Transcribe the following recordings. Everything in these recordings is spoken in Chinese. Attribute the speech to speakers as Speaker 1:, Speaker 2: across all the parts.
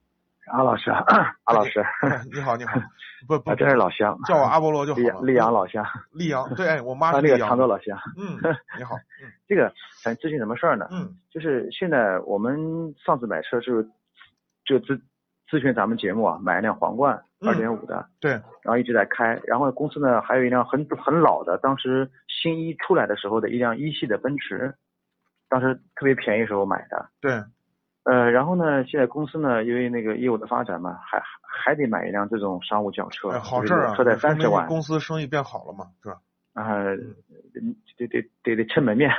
Speaker 1: 阿老师，阿老师，
Speaker 2: 你好，你好，不不
Speaker 1: 啊，，真是老乡，
Speaker 2: 叫我阿波罗就好
Speaker 1: 溧
Speaker 2: 了。
Speaker 1: 阳溧阳老乡，
Speaker 2: 溧阳，对，哎我妈
Speaker 1: 啊，
Speaker 2: 是
Speaker 1: 那
Speaker 2: 溧
Speaker 1: 个
Speaker 2: 阳
Speaker 1: 常州老乡。
Speaker 2: 嗯，你 好，
Speaker 1: 这个想咨询什么事儿呢？
Speaker 2: 嗯
Speaker 1: 就是现在我们上次买车是就咨咨询咱们节目啊，买一辆皇冠
Speaker 2: 嗯
Speaker 1: 二点五的，
Speaker 2: 对
Speaker 1: 然后一直在开，然后公司呢还有一辆很很老的，当时新一出来的时候的一辆一系的奔驰，当时特别便宜时候买的，
Speaker 2: 对，
Speaker 1: 呃，然后呢，现在公司呢因为那个业务的发展嘛，还还得买一辆这种商务轿车，
Speaker 2: 哎，好
Speaker 1: 就是
Speaker 2: 事儿啊，
Speaker 1: 车在
Speaker 2: 说
Speaker 1: 三
Speaker 2: 明
Speaker 1: 十万，
Speaker 2: 公司生意变好了嘛，是吧？
Speaker 1: 啊、得得得得撑门面。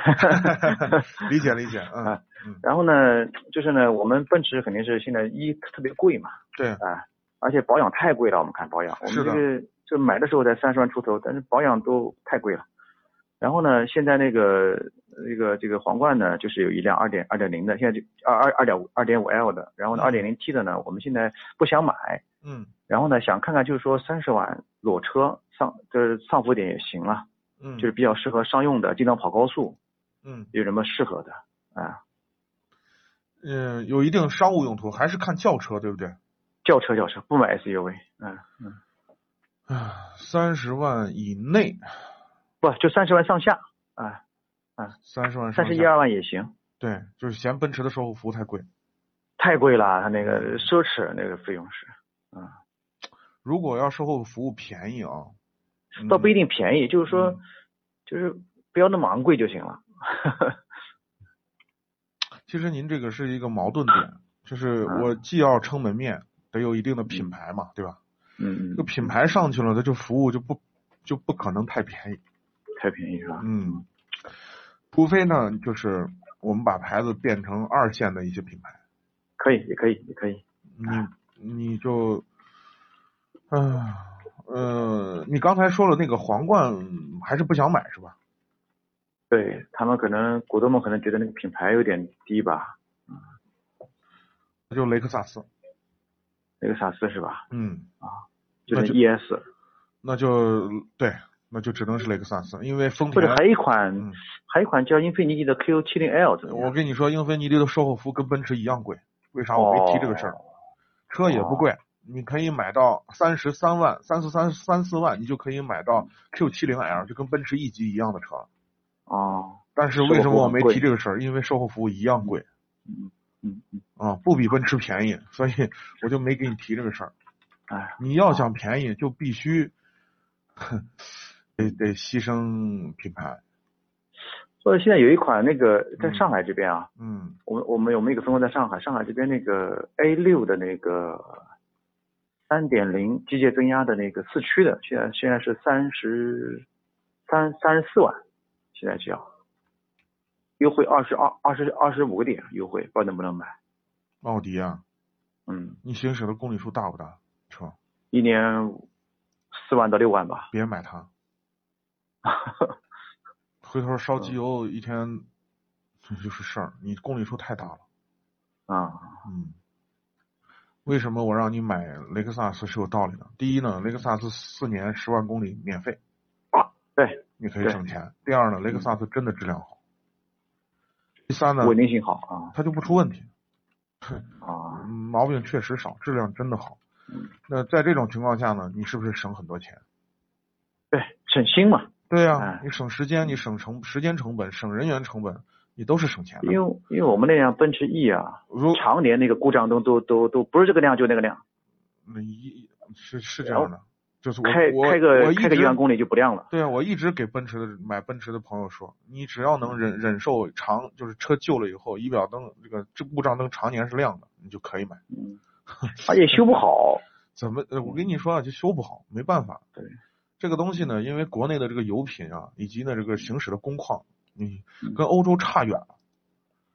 Speaker 2: 理解理解，嗯
Speaker 1: 啊，然后呢，就是呢，我们奔驰肯定是现在一特别贵嘛，
Speaker 2: 对，
Speaker 1: 啊，而且保养太贵了。我们看保养，我
Speaker 2: 是
Speaker 1: 们
Speaker 2: 的
Speaker 1: 这个就买的时候才三十万出头，但是保养都太贵了。然后呢，现在那个那个这个皇冠呢，就是有一辆二点二点零的，现在就二二二点五二点五 L 的，然后
Speaker 2: 嗯
Speaker 1: 呢二点零 T 的呢，我们现在不想买，
Speaker 2: 嗯
Speaker 1: 然后呢想看看就是说三十万裸车上就是上浮点也行了，
Speaker 2: 嗯，
Speaker 1: 就是比较适合商用的，经常跑高速，
Speaker 2: 嗯
Speaker 1: 有什么适合的啊？
Speaker 2: 嗯，有一定商务用途，还是看轿车，对不对？
Speaker 1: 轿车轿车不买 SUV，嗯嗯，
Speaker 2: 啊，三十万以内，
Speaker 1: 不就三十万上下啊，
Speaker 2: 三十万上
Speaker 1: 三十一
Speaker 2: 下
Speaker 1: 二万也行，
Speaker 2: 对，就是嫌奔驰的售后服务太贵。
Speaker 1: 太贵了，它那个奢侈那个费用是，
Speaker 2: 如果要售后服务便宜啊，嗯
Speaker 1: 倒不一定便宜，就是说
Speaker 2: 嗯
Speaker 1: 就是不要那么昂贵就行了。
Speaker 2: 其实您这个是一个矛盾点，就是
Speaker 1: 嗯
Speaker 2: 我既要撑门面，得有一定的品牌嘛，对吧？
Speaker 1: 嗯
Speaker 2: 这个
Speaker 1: 嗯，
Speaker 2: 品牌上去了，它这服务就不就不可能太便宜。
Speaker 1: 太便宜了。
Speaker 2: 嗯，除非呢，就是我们把牌子变成二线的一些品牌，
Speaker 1: 可以也可以也可以，
Speaker 2: 你你就，啊呃，你刚才说了那个皇冠还是不想买是吧？
Speaker 1: 对他们可能股东们可能觉得那个品牌有点低吧，
Speaker 2: 就雷克萨斯，
Speaker 1: 那个萨斯是吧？
Speaker 2: 嗯，
Speaker 1: 就 E
Speaker 2: 那
Speaker 1: 是
Speaker 2: 就
Speaker 1: ES，
Speaker 2: 那就对，那就只能是雷克萨斯，因为丰
Speaker 1: 或
Speaker 2: 田
Speaker 1: 者还有一款、
Speaker 2: 嗯
Speaker 1: 还有一款叫英菲尼迪的 Q 7 0 L 怎么
Speaker 2: 我
Speaker 1: 样？
Speaker 2: 跟你说，英菲尼迪的售后服务跟奔驰一样贵，为啥我没提这个事儿？
Speaker 1: 哦
Speaker 2: 车也不贵，你可以买到三十三万、三十三、三四万，你就可以买到 Q 7 0 L，就跟奔驰 E 级一样的车了。
Speaker 1: 哦，
Speaker 2: 但是为什么我没
Speaker 1: 售后服务很
Speaker 2: 提
Speaker 1: 贵
Speaker 2: 这个事儿？因为售后服务一样贵
Speaker 1: 嗯嗯嗯，
Speaker 2: 啊，不比奔驰便宜，所以我就没给你提这个事儿。
Speaker 1: 哎。
Speaker 2: 你要想便宜，就必须哼得得牺牲品牌。
Speaker 1: 或者现在有一款那个在
Speaker 2: 嗯
Speaker 1: 上海这边啊，
Speaker 2: 嗯，
Speaker 1: 我们我们我们有一个分公司在上海，上海这边那个 A 六的那个三点零机械增压的那个四驱的，现在现在是三十三三十四万，现在只要优惠二十二二十二十五个点优惠，不知道能不能买。
Speaker 2: 奥迪啊，
Speaker 1: 嗯，
Speaker 2: 你行驶的公里数大不大？车
Speaker 1: 一年四万到六万吧。
Speaker 2: 别买它。 回头烧
Speaker 1: 嗯
Speaker 2: 机油一天，这就是事儿。你公里数太大了，
Speaker 1: 啊、
Speaker 2: 嗯。为什么我让你买雷克萨斯是有道理的？第一呢，雷克萨斯四年十万公里免费，
Speaker 1: 啊对，
Speaker 2: 你可以
Speaker 1: 对嗯
Speaker 2: 省钱。第二呢，雷克萨斯真的质量好。第三呢，
Speaker 1: 稳定性好啊
Speaker 2: 它就不出问题，嗯
Speaker 1: 啊，
Speaker 2: 毛病确实少，质量真的好
Speaker 1: 嗯。
Speaker 2: 那在这种情况下呢，你是不是省很多钱？
Speaker 1: 对，省心嘛。
Speaker 2: 对呀、
Speaker 1: 哎
Speaker 2: 你省时间，你省成时间成本，省人员成本，你都是省钱的。
Speaker 1: 因为因为我们那辆奔驰 E 啊，
Speaker 2: 如
Speaker 1: 常年那个故障都都都都不是这个量就那个量，
Speaker 2: 嗯那一是是这样的，就是我
Speaker 1: 开
Speaker 2: 我
Speaker 1: 开个
Speaker 2: 我一
Speaker 1: 开个一
Speaker 2: 直
Speaker 1: 万公里就不亮了。
Speaker 2: 对啊，我一直给奔驰的买奔驰的朋友说，你只要能
Speaker 1: 嗯
Speaker 2: 忍忍受长，就是车旧了以后，仪表灯这个这故障灯常年是亮的，你就可以买。
Speaker 1: 嗯，而且修不好，
Speaker 2: 怎么？呃，我跟你说啊，就修不好，没办法。
Speaker 1: 嗯对，
Speaker 2: 这个东西呢，因为国内的这个油品啊，以及呢这个行驶的工况，你
Speaker 1: 嗯
Speaker 2: 跟欧洲差远了。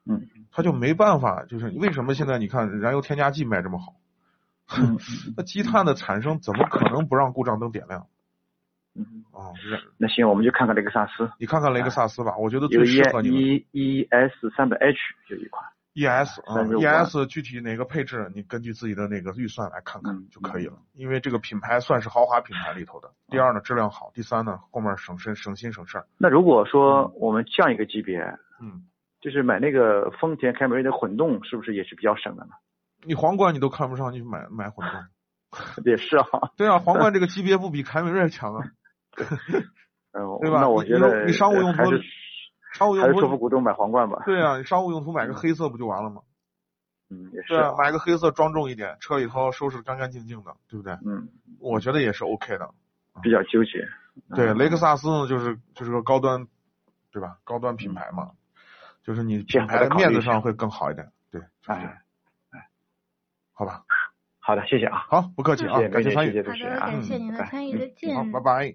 Speaker 1: 嗯，
Speaker 2: 他就没办法，就是为什么现在你看燃油添加剂卖这么好？
Speaker 1: 嗯
Speaker 2: 那积碳的产生怎么可能不让故障灯点亮
Speaker 1: 嗯，
Speaker 2: 啊？燃
Speaker 1: 那行，我们就看看雷克萨斯，
Speaker 2: 你看看雷克萨斯吧，我觉得
Speaker 1: 有
Speaker 2: 最
Speaker 1: E
Speaker 2: 适合你们。
Speaker 1: E E S 三百 H 就一款，
Speaker 2: ES 啊
Speaker 1: 35万
Speaker 2: ，ES 具体哪个配置，你根据自己的那个预算来看看
Speaker 1: 嗯
Speaker 2: 就可以了。因为这个品牌算是豪华品牌里头的。第二呢，质量好；第三呢，后面省身省心省事儿。
Speaker 1: 那如果说我们降一个级别，
Speaker 2: 嗯，
Speaker 1: 就是买那个丰田凯美瑞的混动，是不是也是比较省的呢？
Speaker 2: 你皇冠你都看不上，你买买混动？
Speaker 1: 也是啊，
Speaker 2: 对啊，皇冠这个级别不比凯美瑞强啊，
Speaker 1: 嗯，
Speaker 2: 对吧？
Speaker 1: 那我
Speaker 2: 你
Speaker 1: 觉得
Speaker 2: 你你商务用途
Speaker 1: 还是，
Speaker 2: 商务
Speaker 1: 还
Speaker 2: 用
Speaker 1: 是说服
Speaker 2: 途
Speaker 1: 股东买皇冠吧。
Speaker 2: 对啊，你商务用途买个黑色不就完了吗？
Speaker 1: 嗯，也是
Speaker 2: 对
Speaker 1: 啊。
Speaker 2: 啊，买个黑色庄重一点，车里头收拾得干干净净的，对不对？
Speaker 1: 嗯，
Speaker 2: 我觉得也是 OK 的。
Speaker 1: 比较纠结。
Speaker 2: 对，
Speaker 1: 嗯
Speaker 2: 雷克萨斯呢，就是就是个高端，对吧？高端品牌嘛，就是你品牌的面子上会更好一点。对，就是这样
Speaker 1: 哎，
Speaker 2: 好吧？
Speaker 1: 好的，谢谢啊。
Speaker 2: 好，不客气啊
Speaker 1: 谢谢，
Speaker 2: 感
Speaker 1: 梅姐，
Speaker 2: 参
Speaker 1: 谢
Speaker 2: 与
Speaker 1: 谢
Speaker 3: 好
Speaker 1: 主持
Speaker 3: 的，
Speaker 1: 人啊。
Speaker 3: 感谢您的
Speaker 1: 拜
Speaker 3: 参与，
Speaker 1: 嗯
Speaker 3: 再见。
Speaker 2: 好，拜拜。